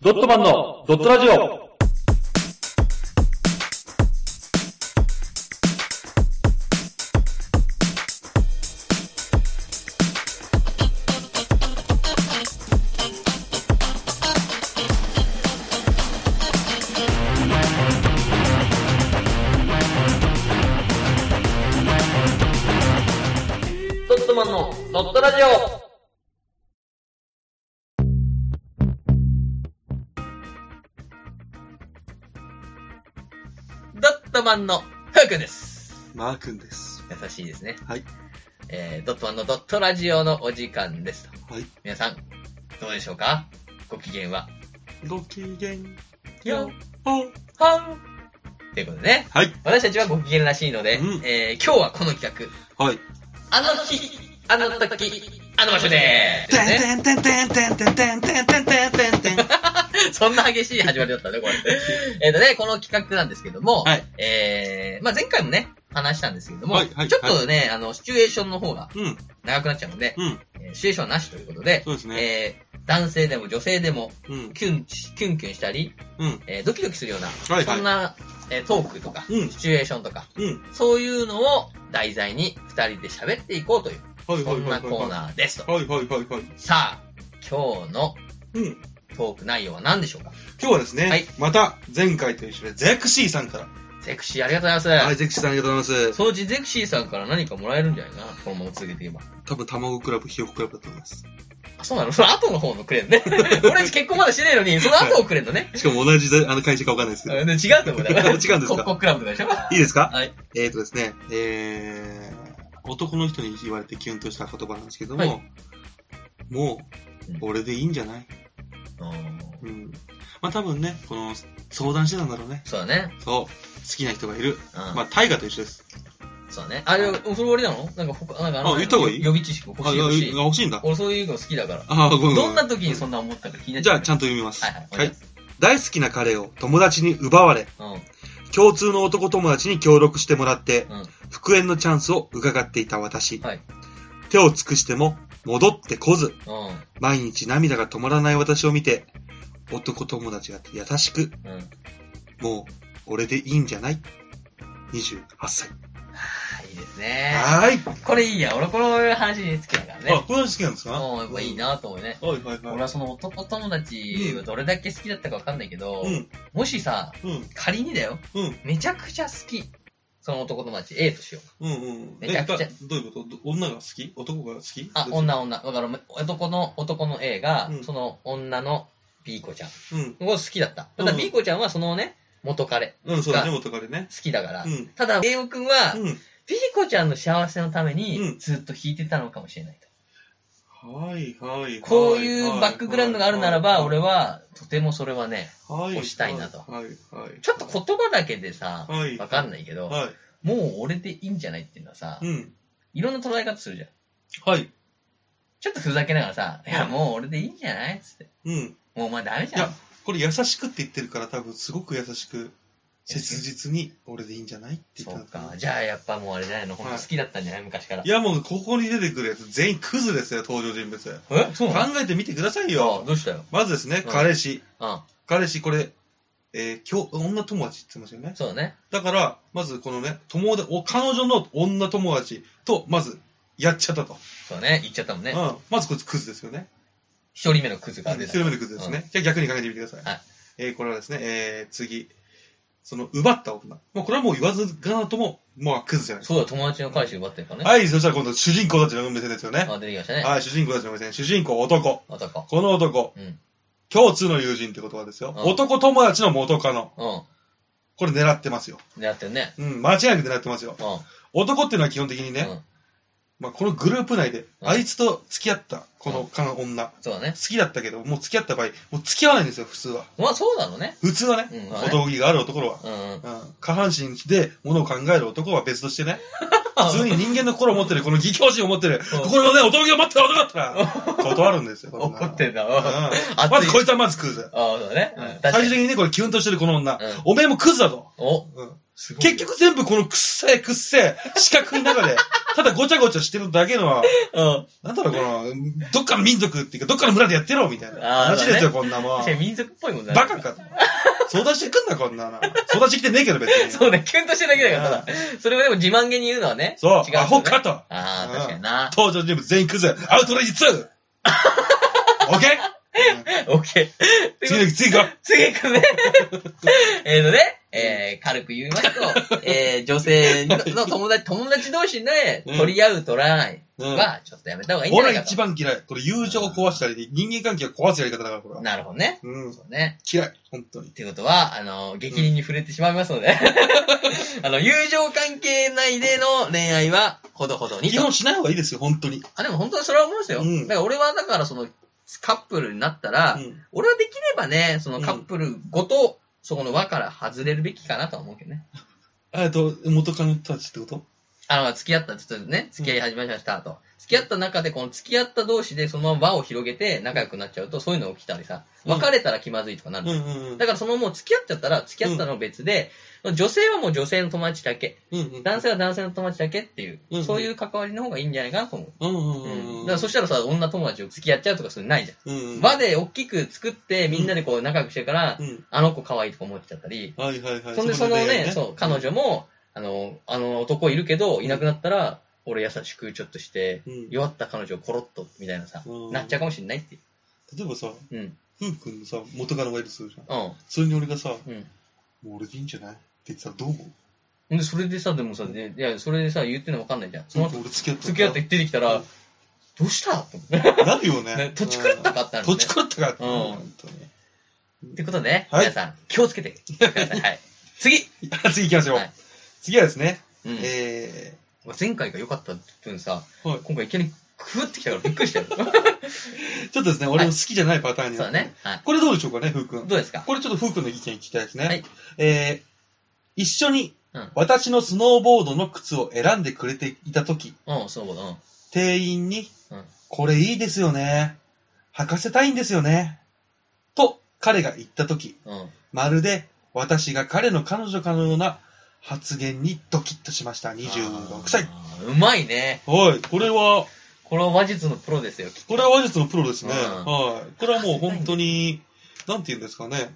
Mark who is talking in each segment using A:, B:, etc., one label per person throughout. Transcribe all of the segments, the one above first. A: ドットマンのドットラジオ
B: ドットマンのドットラジオドットマンのふうくんです。
C: マー君です。
B: 優しいですね。
C: はい。
B: えー、ドットマンのドットラジオのお時間ですと。
C: はい。
B: 皆さん、どうでしょうかご機嫌は。
C: ごきげん
B: よ
C: お
B: はんということでね。
C: はい。
B: 私たちはご機嫌らしいので、
C: うん
B: えー、今日はこの企画、
C: はい。
B: あの日、あの時、あの場所でーすね。
C: てんてんてんてんてんてんてんてんてんてんてんてん。
B: そんな激しい始まりだったね、こ れ。えっとね、この企画なんですけども、
C: はい
B: えー、まあ前回もね、話したんですけども、
C: はいはい
B: ちょっとね、あの、シチュエーションの方が
C: うん。
B: 長くなっちゃうので、
C: うん。
B: えーシチュエーションはなしということで、
C: そうですね。
B: えー、男性でも女性でも、
C: うん。
B: キュン、キュンキュンしたり、
C: うん。
B: えードキドキするような、
C: はいは
B: そん
C: い。
B: な、えートークとか、
C: うん
B: シチュエーションとか、
C: うん。
B: そういうのを題材に二人で喋っていこうという、
C: はいは
B: そ
C: い
B: ん
C: は。
B: ないコーナーですと。
C: はいはいはいはい。
B: さあ、今日の
C: うん。
B: トーク内容は何でしょうか
C: 今日はです
B: はい
C: ね、また前回と一緒でゼクシーさんか
B: セクシーありがとうございます。
C: ら。はい、ゼクシーさんありがとうございます。
B: そのうちゼクシーさんから何かもらえるんじゃないかなこのまま続けていけば。
C: 多分、卵クラブ、ひよこクラブだと思います。
B: あ、そうなのその後の方のくれるね。 俺たち結婚まだしてないのに、その後をくれるの ね。
C: しかも同じあの会社かわかんないですけど。
B: うん違うと思うだから。
C: 違うんですか
B: コッククラブとかでしょ
C: いいですか
B: はい。
C: えーとですね、えー、男の人に言われてキュンとした言葉なんですけども、
B: はい
C: もう
B: うん、
C: 俺でいいんじゃないうん。まあ多分ね、この、相談してたんだろうね。
B: そうだね。
C: そう。好きな人がいる。
B: うん。
C: まあ、大河と一緒です。
B: そうだね。あれ、それ俺なのなんか他、なんかの
C: あ言った方がいい
B: 予備知識欲
C: あ、
B: しい
C: いや
B: 欲しい。
C: 欲しいんだ。
B: 俺そういうの好きだから。
C: あー、ごめんご
B: ど
C: め
B: ん
C: ん。
B: な時にそんな思ったか気になっ
C: じゃあ、ちゃん
B: と。
C: と読みます。
B: はいはい。
C: 大好きな彼を友達に奪われ、
B: はい。
C: 共通の男友達に協力してもらって、
B: うん
C: 復縁のチャンスを伺っていた私。
B: はい
C: 手を尽くしても、戻ってこず、
B: うん。
C: 毎日涙が止まらない私を見て、男友達が優しく、
B: うん。うん。
C: もう、俺でいいんじゃない ?28 歳。
B: あいいですね。
C: はーい。
B: これいいや。俺この話好きだからね。
C: あ、これ好きなんですか
B: うん、やっぱいい。なと思うね。
C: はいはい
B: 俺
C: は
B: はその男友達がどれだけ好きだったかわかんないけど、
C: い。うん、
B: もしさ、
C: うん、
B: 仮にだよ、
C: うん、
B: めちゃくちゃ好き。その男友達 A としよう。
C: うん、うん。
B: めちゃくちゃ
C: えどどういうことど女が好き男が好き
B: あ、。女女。だから男の、男の A が、
C: うん
B: その女の B 子ちゃん
C: うん、
B: を好きだった。ただ
C: うん
B: B 子ちゃんはそのね、元彼
C: うん、そうだね、元彼ね。
B: 好きだから。
C: うん、
B: ただ A 君は、
C: うん。
B: B 子ちゃんの幸せのため
C: う
B: に
C: ん
B: ずっと弾いてたのかもしれないと。
C: はいはいはい。
B: こういうバックグラウンドがあるならば、俺はとてもそれはね、
C: は
B: 押したいなと
C: はいはい。
B: ちょっと言葉だけでさ、
C: はい
B: わかんないけど、
C: は
B: もう俺でいいんじゃないっていうのはさ
C: い。、うん。
B: いろんな捉え方するじゃん。
C: はい。
B: ちょっとふざけながらさ、いや、もう俺でいいんじゃないつって。
C: うん。い
B: もうお前ダメじゃ
C: や
B: ん。、
C: これ優しくって言ってるから多分すごく優しく、切実に俺でいいんじゃないって
B: そ
C: 言っ
B: う
C: たんだ
B: か。じゃあやっぱもうあれじゃないの、ほんと
C: は
B: 好
C: い
B: きだったんじゃない昔から
C: い。やもうここに出てくるやつ全員クズですよ、登場人物。
B: えそう
C: 考
B: なの
C: えてみてください
B: あ
C: よ。
B: どうしたよ。
C: まずですね、
B: うん
C: 彼氏。
B: う
C: 彼氏、これ、えー、今日、女友達って言ってますよね
B: ん。。そうだね。
C: だから、まずこのね、友達、お彼女の女友達と、まず、やっちゃったと。
B: そうだね。言っちゃったもんね
C: う。ん。まずこいつクズですよね。
B: 一人目のクズが出
C: 一
B: た。
C: 人目のクズですね。じゃあ逆にかけてみてください。
B: はい
C: えーこれはですね、えー、次。その、奪った女。もうこれはもう言わずがなとも、まあ、クズじゃないです
B: そうだ、友達の彼氏奪ってるからね。
C: はい、そしたら今度、主人公たちの目線ですよね。
B: あ、出てきましたね。
C: はい、主人公たちの目線。主人公、男。
B: またか。
C: この男。
B: うん。
C: 共通の友人って言葉ですよ。
B: うん
C: 男友達の元カノ。
B: う
C: これ狙ってますよ。
B: ん。狙ってるね。
C: うん、間違いなく狙ってますよ。
B: うん。
C: 男っていうのは基本的にね、
B: うん
C: まあ、このグループ内で、
B: うん
C: あいつと付き合った、この彼の女。好
B: そうだね。
C: きだったけど、もう付き合った場合、もう付き合わないんですよ、普通は。
B: まあそうだろうね。
C: 普通はね、
B: うんまあね
C: 男気がある男は。
B: うんうん。
C: うん、下半身で物を考える男は別としてね、普通に人間の心を持ってる、この技巧心を持ってる、
B: うん
C: 心のね、男気を持ってる男だったら、断るんですよ、こんな
B: 怒ってんだ。う
C: うん
B: あ
C: ん
B: 熱い
C: まずこいつはまずクズ。
B: そうだね。うん確
C: 最
B: か
C: 終
B: に。
C: 的にね、これキュンとしてるこの
B: う
C: 女、
B: ん
C: おめえもクズだと。
B: お、
C: うん
B: すごい
C: 結局全部このくっせえくっせえ四角い中で、ただごちゃごちゃしてるだけのは、
B: うん。
C: なんだろう、この、どっかの民族っていうか、どっかの村でやってろみたい
B: あ
C: な
B: ー
C: 話ですよ、
B: そ
C: こんなもん
B: 確。かに民族っぽいもんだね
C: バカかと。相談してくんな、こんなの。相談してきてねえけど、別に。
B: そうね、キュンとしてるだけだから、ただ。それをでも自慢げに言うのはね。
C: そう
B: 違んだよね
C: アホかと
B: ああ、確かにな。
C: 登場人物全員クズ。アウトレイジ 2! オッケー
B: オッケー。
C: 次の次行こう
B: 次行くね。 えーとね、えー、軽く言いますと、 えー、女性のの友達、友達同士で
C: うん
B: 取り合う取らない
C: うん
B: は、ちょっとやめた方がいいんじゃな
C: 俺
B: いか
C: 一
B: と。
C: 番嫌い。これ友情を壊したり、人間関係を壊すやり方だから、これは。
B: なるほどね。
C: うん。
B: そうね。
C: 嫌い。本当に
B: っ。ていうことは、あの、激鱗に触れてしまいますの で、あの、友情関係内での恋愛は、ほどほどに
C: 基
B: と。
C: 本しない方がいいですよ、本当に。
B: あ、でも本当にそれは思うんですよ。
C: うん
B: だから俺は、だからその、カップルになったら、
C: うん
B: 俺はできればね、そのカップルごと、そこの輪から外れるべきかなとは思うけどね。
C: えっと、元カノたちってこと
B: あの、付き合った、ちょっとね、付き合い始めましたと。付き合った中で、この付き合った同士でそのまま輪を広げて仲良くなっちゃうと、そういうのが起きたりさ、
C: うん
B: 別れたら気まずいとかな
C: う
B: る
C: ん。うんうん
B: だからそのもう付き合っちゃったら、付き合ったのは別で、女性はもう女性の友達だけ、
C: うんうん。
B: 男性は男性の友達だけっていう、
C: うん
B: そういう関わりの方がいいんじゃないかなと思う。
C: うんうん
B: う
C: うん
B: ん
C: う
B: だ
C: ん。
B: からそしたらさ、女友達を付き合っちゃうとかそういうのないじ
C: うん
B: ゃ。
C: うんん。
B: 輪で大きく作って、みんなでこう仲良くしてるから、
C: うん。
B: あの子可愛いとか思っちゃったり、
C: はいはいはい。
B: そんでそのね、
C: う。
B: そう、彼女も、あの、あの男いるけど、いなくなったら、俺優しくちょっとして、
C: うん
B: 弱った彼女をコロッと、みたいなさ、
C: うん
B: なっちゃうかもしれないってい
C: 例えばさ、
B: う。うん。
C: ふうくんのさ、元カノがいるとするじゃん。
B: うん。
C: それに俺がさ、も
B: うん。
C: う俺でいいんじゃないって言ってたらどう思う
B: で、それでさ、でもさ、でいや、それでさ、言ってんの分かんないじゃん。その
C: だ
B: 後
C: って、俺付き合って
B: 付き合って出てきた
C: う
B: ら
C: ん、
B: どうしたと思って
C: なるよね
B: ね。土地狂ったかってなる
C: 土
B: ね。
C: 地狂ったかってなる
B: うん
C: 本当に
B: ってことでね、
C: はい
B: 皆さん、気をつけて ください。はい。次
C: 次行きましょう
B: はい。
C: 次はですね、
B: うん。
C: え
B: 前回が良かった分さ、
C: はい
B: 今回いきなりくぐってきたからびっくりしたよ。 そ
C: ーちょっとですね、俺の好きじゃないパターン
B: う
C: にな
B: だ
C: って
B: ね。はい。
C: これどうでしょうかね、ふうくん。
B: どうですか
C: これちょっとふうくんの意見聞きたいですね。
B: はい
C: えー一緒に
B: うん
C: 私のスノーボードの靴を選んでくれていたとき、
B: うん、そういうこ
C: 店員に、
B: と。うん。
C: これいいですよね。履かせたいんですよね。と、彼が言ったとき、
B: うん。
C: まるで私が彼の彼女かのような発言にドキッとしました。26歳。
B: あー。うまいね。
C: はい、これは、
B: これは話術のプロですよ。
C: これは話術のプロですね。
B: うん
C: はい。これはもう本当に、なんて言うんですかね。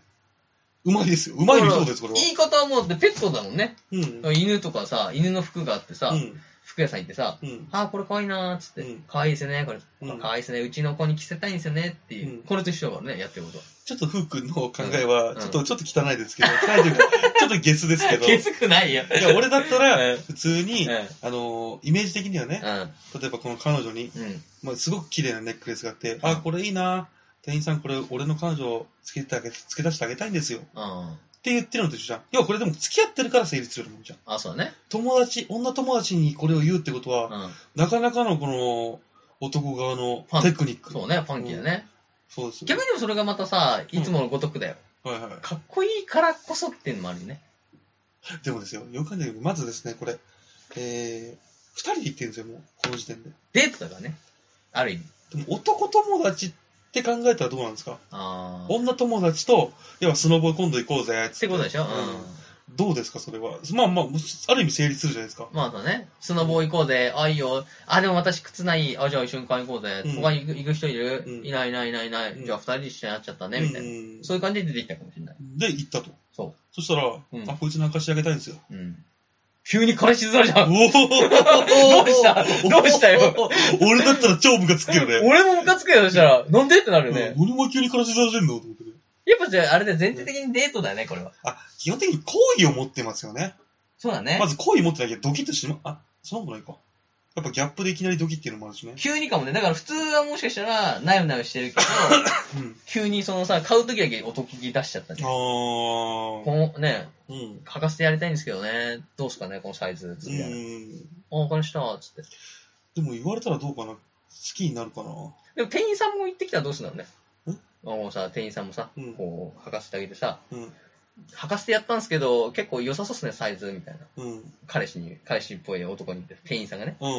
C: うまいですよ。うまいそうです、これは。
B: 言い方はもう、でペットだもんね。
C: うん。
B: 犬とかさ、犬の服があってさ、
C: うん。
B: 服屋さん行ってさ、
C: うん。
B: あー、これ可愛いなーっつって、
C: うん
B: 可愛いですね、これ。
C: うん
B: 可愛いですね、うちの子に着せたいんですよねっていう。
C: うん
B: これと一緒だからね、やってることは。
C: ちょっとふうくんの考えは、
B: うん
C: ちょっと、ちょっと汚いですけど、汚 いというか、ちょっとゲスですけど。
B: 気
C: い
B: づくないよ。
C: や、俺だった
B: う
C: ら、
B: ん
C: 普通に、
B: う
C: あの、イメージ的にはね、
B: ん。
C: 例えばこの彼女に、
B: うん。
C: まあ、すごく綺麗なネックレスがあって、あ、これいいな店員さんこれ俺の彼女をつけてあげ、つけ出してあげたいんですよ。っ
B: うん。
C: て言ってるのと一緒じゃん。要はこれでも付き合ってるから成立するもんじゃん。
B: あ、そうだね。
C: 友達、女友達にこれを言うってことは、
B: うん。
C: なかなかのこの男側の
B: ファン
C: テクニック。
B: そうね、ファンキーだね。
C: そうですよ
B: 逆にでもそれがまたさ、いつものごとくだよ。
C: はいは
B: かっこいいからこそっていうのもあるよね。
C: い。でもですよ、よく考えてみるまずですね、これ、えー、二人で言ってるんですよ、もう、この時点で。
B: デートだからね。ある意味。
C: でも男友達って考えたらどうなんですか
B: あー。
C: 女友達と、要はスノボ今度行こうぜ、
B: っ
C: つって
B: ことでしょうん。
C: どうですか、それは。まあまあ、ある意味成立するじゃないですか。
B: まあそうね。スノボー行こうぜ。あ、いいよ。あ、でも私靴ない。あ、じゃあ一緒に買いに行こうぜ。
C: うん
B: 他に行く行く人いる、
C: うん
B: いないいないいないいない。
C: うん
B: じゃあ二人で一緒になっちゃったね、みたいな。
C: うん
B: そういう感じで出てきたかもしれない。
C: で、行ったと。
B: そ
C: そしたら、
B: うん
C: あ、こいつなんかしてあげたいんですよ。
B: う。うん。急に彼氏面じゃ
C: お
B: ん。
C: お
B: どうしたどうしたよ。
C: 俺だったら超ムカつくよね。
B: 俺もムカつくよ、そしたら。なんでってなるよね。
C: うん俺も急にからせられんのと思って
B: やっぱじゃあ、あれで全体的にデートだよね、これは。
C: あ、基本的に好意を持ってますよね。
B: そうだね
C: ま。ず好意持ってなきゃドキッとしま、あ、そんなことないか。やっぱギャップでいきなりドキっていうのもあるしね。
B: 急にかもね。だから普通はもしかしたら、なよなよして るけど、
C: うん。
B: 急にそのさ、買う時だけ男気出しちゃったり。
C: あ
B: こ
C: ー。
B: のね、
C: うん。
B: 書かせてやりたいんですけどね。どうすかね、このサイズ。つ
C: う
B: って。
C: ん。
B: あ、わかりました。つって。
C: でも言われたらどうかな。好きになるかな。
B: でも店員さんも行ってきたらどうするんだろうね
C: ん。
B: もうさ、店員さんもさ
C: うん、
B: こう、履かせてあげてさ、
C: うん。
B: 履かせてやったんですけど、結構良さそうっすね、サイズ、みたいな。
C: うん。
B: 彼氏に、彼氏っぽい男に言って、店員さんがね、
C: うん。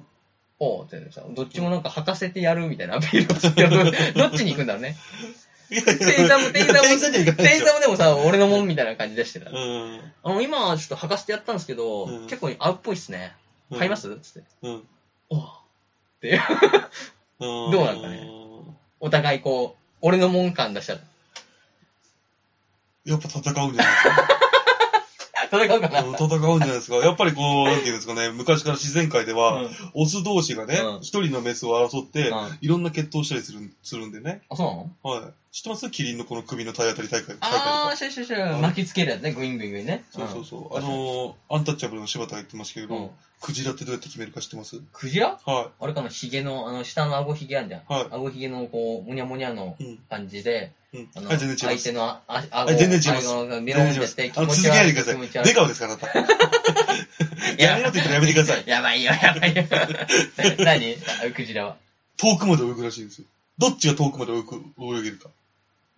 B: おうって言ってさ、どっちもなんか履かせてやるみたいなアピールをしてやる。どっちに行くんだろうね。店員さんも、店員さんも、
C: 店員さんには行かない
B: 店
C: でし
B: 員
C: ょ
B: さんもでもさ、俺のもんみたいな感じ出してた。
C: うん。
B: あの、今はちょっと履かせてやったんですけど、
C: うん
B: 結構合うっぽいっすね。
C: うん
B: 買いますつって。
C: うん。
B: おうっていう。
C: ど
B: どうなんかね。お互いこう、俺のもん感出しちゃった。
C: やっぱ戦うんじゃないですか。
B: 戦うかな
C: あの戦うんじゃないですか。やっぱりこう、なんていうんですかね、昔から自然界では、
B: うん
C: オス同士がね
B: う、ん
C: 一、人のメスを争って、
B: あ、
C: いろんな決闘したりするんするんでね。
B: そうなの
C: はい。知ってますキリンのこの首の体当たり大会大会と
B: あ
C: か。
B: ー、しゅしゅしゅ。巻きつけるやつね、グイングイングインね。
C: そうそうそう。
B: うん
C: あのー、アンタッチャブルの柴田が言ってましたけれど、
B: うん
C: クジラってどうやって決めるか知ってます
B: クジラ
C: は
B: あれかな、ヒゲの、あの、下の顎ひげあんじゃん。
C: い。はい。
B: 顎ひげの、こう、もにゃもにゃの
C: うん。
B: 感じで、
C: うん。
B: あの、
C: はい、全然違いま
B: 相
C: す。
B: 手のああ顎
C: は
B: を、
C: い全然違います
B: 顎がメロン
C: 全
B: って
C: 然違いま
B: し
C: す
B: て、。気
C: あの、
B: 持
C: 続
B: ち
C: け
B: 悪
C: ない
B: い。
C: でくださ
B: 気持
C: い。
B: ち悪
C: デカオですから、あなた。やめろって言ったらやめてください。
B: やばいよ、やばいよ。 何あクジラは。
C: 遠くまで泳ぐらしいんですよ。どっちが遠くまで泳ぐ泳げるか。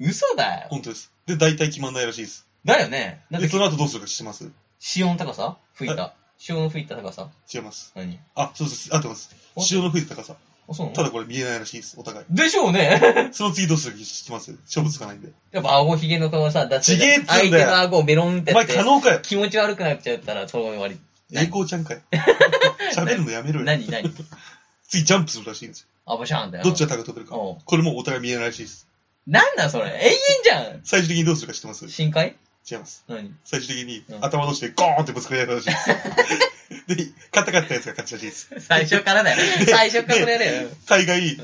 B: 嘘だよ。
C: 本当です。で、大体決まんないらしいです。
B: だよね。だっ
C: で、
B: て
C: そ、の後どうするか知ってます
B: 潮の高さ吹いた。潮の吹いた高さ
C: 違います。
B: 何
C: あ、そうです。合ってます。
B: お
C: 潮の吹いた高さ。
B: あ、そう
C: た
B: なの
C: だこれ見えないらしいです、お互い。
B: でしょうね。
C: その次どうするか知ってます勝負つかないんで。
B: やっぱ顎ひげの顔さ、だって
C: ちげえっつうんだよ
B: 相手の顎をベロンって
C: お
B: や
C: 前
B: っ
C: 可
B: て、
C: 能かよ
B: 気持ち悪くなっちゃったら、その終わり。
C: 栄光ちゃ んかよ。喋るのやめろよ。
B: 何何
C: 次ジャンプするらしいんです
B: あ、バシャーンだ
C: よ。
B: よ。
C: どっちが高く飛べるか。
B: おう
C: これもお互い見えないらしいです。
B: なんだそれ永遠じゃん
C: 最終的にどうするか知ってます
B: 深海
C: 違います。
B: 何
C: 最終的に
B: うん
C: 頭同士でゴーンってぶつかり合うらしい です。で、勝ったかったやつが勝ちらしいです。
B: 最初から だよ。最初からそれだよ。
C: 大概、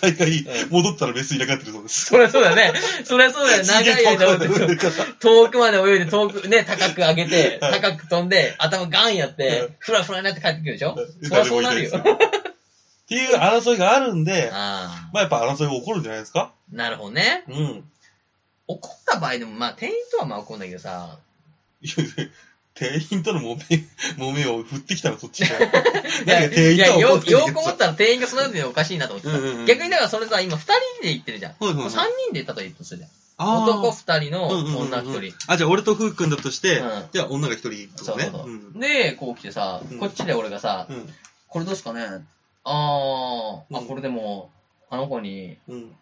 C: 大概
B: う、ん
C: 戻ったらメスいなくなってるそうです。
B: そりゃそうだね。そりゃそうだよ。長い間
C: す
B: 泳い
C: げえ
B: で
C: 遠く まで泳
B: る。
C: いでるから
B: 遠くまで泳いで、遠く、ね、高く上げて、
C: はい
B: 高く飛んで、頭ガンやっ
C: う
B: て
C: ん、
B: ふらふらになって帰ってくるでしょ
C: うん
B: そりゃそうなるよ。
C: 誰もっていう争いがあるんで、
B: ああ。
C: まあやっぱ争いが起こるんじゃないですか
B: なるほどね。
C: うん。いや
B: 怒った場合でも、まあ、店員とはまあ怒んだけどさ、
C: 店員との揉め、揉めを振ってきたらそっちだよ。
B: いや、
C: なんか店
B: い
C: 員
B: や
C: とは怒
B: よ
C: っ
B: く
C: てる
B: よ
C: け
B: く
C: ど
B: 思っ
C: さ。
B: たら店員がその時でおかしいなと思って
C: うんうんう
B: た。
C: ん
B: 逆にだからそれさ、今二人で言ってるじゃん。
C: はいはいはい
B: 三人で例えば言うとするじゃん。
C: あー
B: 男二人の
C: うんうんうんうん
B: 女一人。
C: あ、じゃあ俺とフー君だとして、
B: うん
C: じゃあ女が一人と
B: そ
C: か
B: う
C: ね。
B: そうそうう。
C: ん
B: で、こう来てさ
C: うん、
B: こっちで俺がさ、これどうすかねあー、あ、
C: うん
B: これでも、あの子に、
C: うん。うん。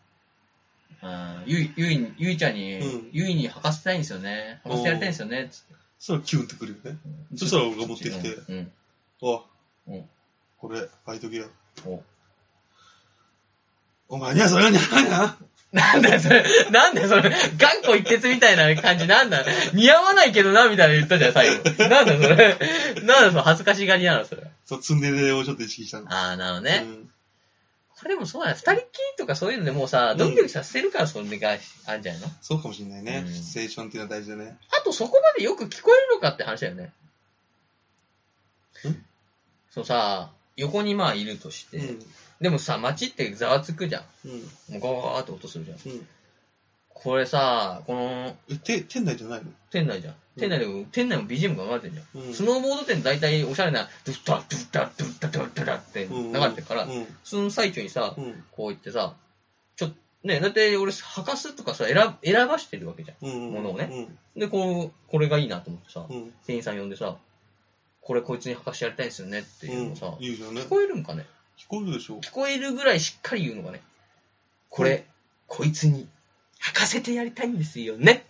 B: うんゆい、ゆい、ゆいちゃんに、
C: うん
B: ゆいに履かせたいんですよね。履かせてやりたいんですよね。つって
C: そしたらキュンってくるよね。そしたら俺が持ってきて
B: うんうん。
C: あ、
B: うん
C: これ、履いとけよ。
B: お
C: お前にはそれが似合わないな。
B: なんだよ、それ。なんだよ、それ。頑固一徹みたいな感じ、なんだよ。似合わないけどな、みたいな言ったじゃん、最後。なんだよ、それ。なんだよ、その 恥ずかしがりなの、それ。
C: そう、ツンデレをちょっと意識したの。
B: あー、なの
C: う
B: ね。
C: ん
B: これでもそうだよ。二人っきりとかそういうのでもうさ、ドキドキさせてるから、それがあるんじゃないの
C: そうかもしれないね。
B: うん
C: シチュエーションっていうのは大事だね。
B: あとそこまでよく聞こえるのかって話だよね
C: ん。
B: そうさ、横にまあいるとして、
C: う
B: でもさ、街ってざわつくじゃ
C: ん。うん。
B: ん。もうガワガワって音するじゃん。
C: うん。
B: これさ、この
C: え、て、店内じゃないの
B: 店内じゃん。店内でも、店内も BGM が流れてるじゃん。
C: うん
B: スノーボード店大体おしゃれな、ドゥッタドゥッタドゥッタドゥッタドゥッタって流れてるから
C: うん、。
B: その最中にさ、
C: うん。
B: こう言ってさ、ちょっと、ね、だって俺、履かすとかさ、選選ばしてるわけじゃ
C: うん。
B: ものをね。ん。で、こう、これがいいなと思ってさ、
C: うん。うん。
B: 店員さん呼んでさ、これこいつに履かしてやりたいんですよねっていうのをさ、
C: 言うじゃんね。
B: 聞
C: 聞
B: こえるんかね
C: こえるでしょ。
B: 聞こえるぐらいしっかり言うのがね、これ、こいつに履かせてやりたいんですよね。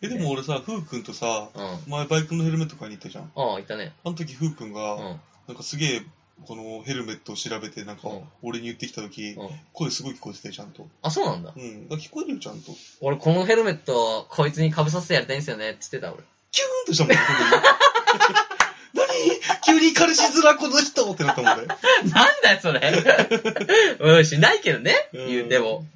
C: え、でも俺さ、フー君とさ、
B: うん。あ
C: 前バイクのヘルメット買いに行ったじゃん。
B: あ、いたね。
C: あの時フー君
B: うん。
C: が、
B: うん。
C: なんかすげえ、このヘルメットを調べて、なんか
B: うん、
C: 俺に言ってきた時、声すごい聞こえてたよ、ちゃんと。
B: あ、そうなんだ。
C: うん。だから聞こえるよ、ちゃんと。
B: 俺、このヘルメット、こいつに被させてやりたいんですよねって言ってた、俺。
C: キューンとしたもん、 本当に何急に彼氏面この人ってなったもんね。
B: なんだよ、それ。 うん、しないけどね。
C: うん
B: 言うても。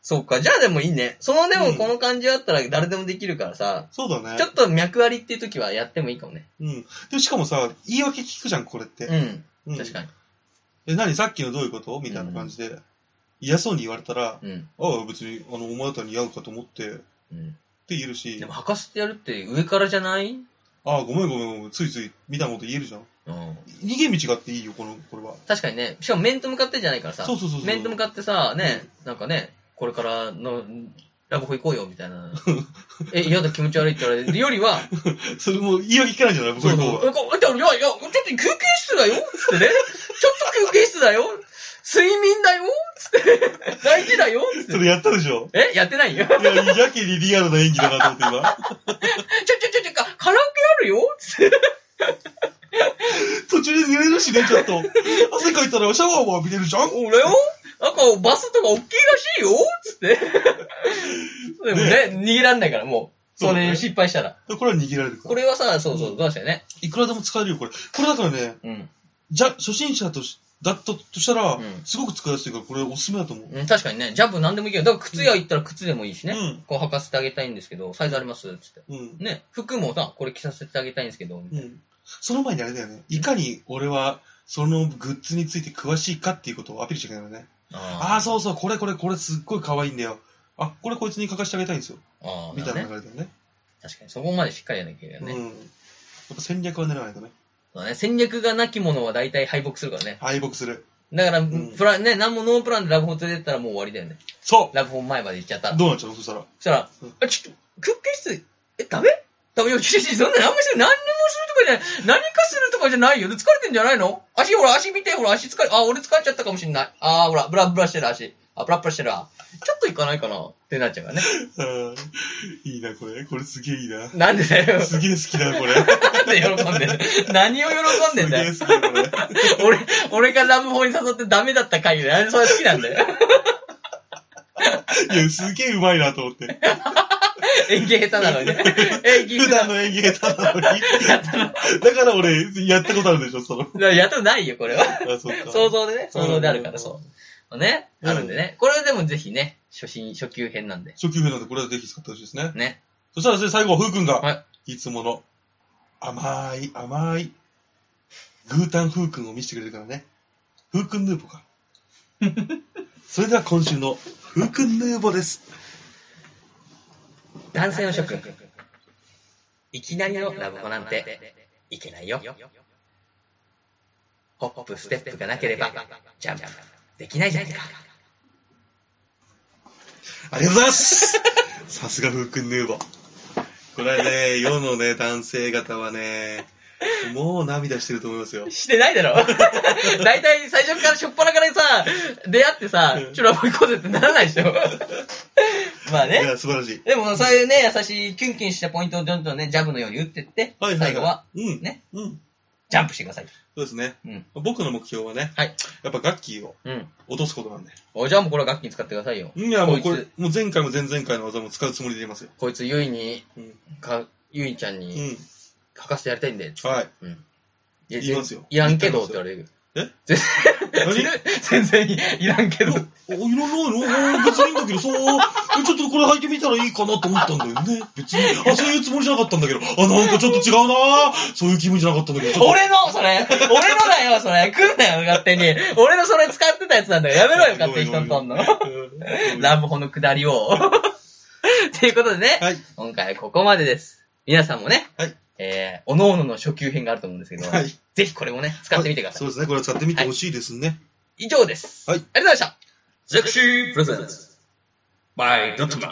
B: そうか、じゃあでもいいね。その、で
C: う
B: も
C: ん
B: この感じだったら誰でもできるからさ、
C: そうだね。
B: ちょっと脈ありっていう時はやってもいいかもね。
C: うん。で、しかもさ、言い訳聞くじゃん、これって。
B: うん。
C: うん
B: 確かに。
C: え、何さっきのどういうことみたいな感じで、嫌そうに言われたら、
B: うん。
C: ああ、別に、あの、お前たに似合うかと思って、って
B: うん。
C: 言えるし
B: で、も、履かせてやるって上からじゃないうん。
C: ああ、ごめんごめんごめん、ついつい、みたいなこと言えるじゃん。逃げ道があっていいよ、この、これは。
B: 確かにね、しかも面と向かってじゃないからさ、
C: そうそうそうそう
B: 面と向かってさ、ね、なんかね、これからの、ラブホ行こうよ、みたい な。え、嫌だ、気持ち悪いって言われるよりは、
C: それも言い訳聞かないんじゃない僕
B: そう
C: 行
B: そう。
C: こうは。
B: いや、いや、いやちょっと休憩室だよつってね。ちょっと休憩室だよ睡眠だよつって。大事だよつって
C: それやったでしょ
B: えやってないよ。ちょ、
C: いや、やけにリアルな演技だなと思っ
B: ち
C: て
B: ょ、ちょ、ちょ、カラオケあるよつって。
C: 今。 途中で揺れるしね、ちょっと。汗かいたらシャワーも浴びれるじゃん
B: 俺よなんか、バスとか大きいらしいよつって。でもね、逃げらんないから、もう。
C: そう
B: そ
C: だね
B: れ失敗したら。
C: これは握られるか
B: こ
C: ら。
B: れはさ、そうそう、どうしたよね。
C: いくらでも使えるよ、これ。これだからね、
B: うん。
C: じゃ、初心者とし、だったとしたら、
B: うん
C: すごく使いやすいから、これおすすめだと思う。
B: うん確かにね、ジャンプ何でもいいけど、だから靴屋行ったら靴でもいいしね。
C: うん
B: こう履かせてあげたいんですけど、サイズありますつって。
C: うん。
B: ね、服もさ、これ着させてあげたいんですけど、
C: うん。その前にあれだよね。いかに俺は、そのグッズについて詳しいかっていうことをアピールしなきゃいけないよね。ああー、
B: う。
C: そうそう、これこれこれすっごい可愛いんだよ。あ、これこいつに書かせてあげたいんですよ。
B: ああ、
C: みたいな
B: ね。
C: 流れだよね。
B: 確かに、そこまでしっかりやらなきゃいけないよ
C: う
B: ね。
C: ん。やっぱ戦略は練らないとね。
B: そうだね戦略がなきものは大体敗北するからね。
C: 敗北する。
B: だから、
C: ん
B: プラン、ね、なんもノープランでラブホ連れてったらもう終わりだよね。
C: そ
B: ラブホ前まで行っちゃったら。
C: う
B: そ
C: どうなっちゃうのそしたら。
B: したら
C: うん、
B: あ、ちょっと、クッキー室、え、ダメダメよ、ちょちょちょそんな何もする、何もするとかじゃない。何かするとかじゃないよ。疲れてんじゃないの足、ほら、足見て、ほら、足疲れ、あ、俺疲れちゃったかもしんない。あー、ほら、ブラブラしてる足。あ、ブラブラしてるわ。ちょっと行かないかなってなっちゃうからね。
C: あーいいな、これ。これすげえいいな。
B: なんでだよ。
C: すげえ好きだ、これ。
B: なんで喜んでんだよ何を喜んでんだよ。
C: すげえ好きだ、これ。
B: 俺、俺がラブホに誘ってダメだった回で、あれそれ好きなんだよ。
C: いや、すげえうまいなと思って。
B: 演技下手なのに ね。演技
C: 普
B: 下
C: 段
B: 手
C: の演技下 手なのに。だから俺、やったことあるでしょ、その。
B: なのに。やったことないよ、これは。
C: あ、そうか。
B: 想像でね、想像であるから、
C: う
B: そ
C: ん
B: う。ね、あるんでね。これでもぜひね、初心、初級編なんで。
C: 初級編なんで、これはぜひ使ってほしいですね。
B: ね。
C: そしたらですね、最後、ふうくんが、、
B: はい
C: つもの、甘い、甘い、グータンふうくんを見せてくれるからね。ふうくんヌーボ ーか。それでは今週の、ふうくんヌーボーです。
B: 男性の諸君。いきなりのラブホなんて、いけないよ。ホップ、ステップがなければ、ジャンプ、できないじゃないか。
C: ありがとうございますさすがふうくんヌーボー。これはね、世のね、男性方はね、もう涙してると思いますよ。
B: してない だろ。大体最初から、しょっぱなからさ、出会ってさ
C: うん、
B: ちょ、ラブコーゼってならないで しょ。まあ
C: い
B: ね。
C: や、素晴らしい。
B: でも、そういうね、優しいキュンキュンしたポイントをどんどんね、ジャブのように打ってって、
C: はいはい、はい。
B: 最後は、
C: うん。
B: ね。
C: うん。
B: ジャンプしてください。
C: そうですね。
B: うん。
C: 僕の目標はね、
B: はい
C: やっぱ楽器を
B: うん。
C: 落とすことなんで。
B: お、じゃあもうこれは楽器に使ってくださいよ。
C: いや、もうこ
B: こ
C: れ
B: い、
C: もう前回も前々回の技も使うつもりでいますよ。
B: こいつ、ゆいに、
C: うん。
B: か、ゆいちゃん
C: う
B: に、
C: ん。
B: 吐かせてやりたいんで。
C: はい。
B: うん。
C: 言いますよ
B: いらんけどって言われる。
C: え
B: 全
C: 何
B: 然、全然いらんけど。
C: お、いらないのお別にいいんだけどさ、えちょっとこれ履いてみたらいいかなと思ったんだよね。別 に、あ、そういうつもりじゃなかったんだけど、あ、なんかちょっと違うなそういう気分じゃなかったんだけど、ちょっと
B: 俺の、それ、俺のだよ、それ、来んなよ、勝手に。俺のそれ使ってたやつなんだよ。やめろよ、勝手に人とんの。
C: う ん
B: ラブホの下り を。ということでね、
C: はい。
B: 今回はここまでです。皆さんもね、
C: はい
B: えー、おのおのの初級編があると思うんですけど、
C: はい
B: ぜひこれもね、使ってみてください。
C: そうですね、これは使ってみてほしいですね。
B: 以上です。
C: はい
B: ありがとうございました。
A: ゼクシープレゼンツ。バイドットマン。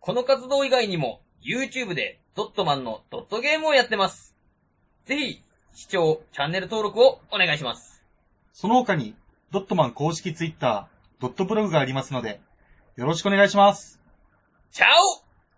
B: この活動以外にも、YouTube でドットマンのドットゲームをやってます。ぜひ、視聴、チャンネル登録をお願いします。
D: その他に、ドットマン公式ツイッター、ドットブログがありますので、よろしくお願いします。
B: チャオ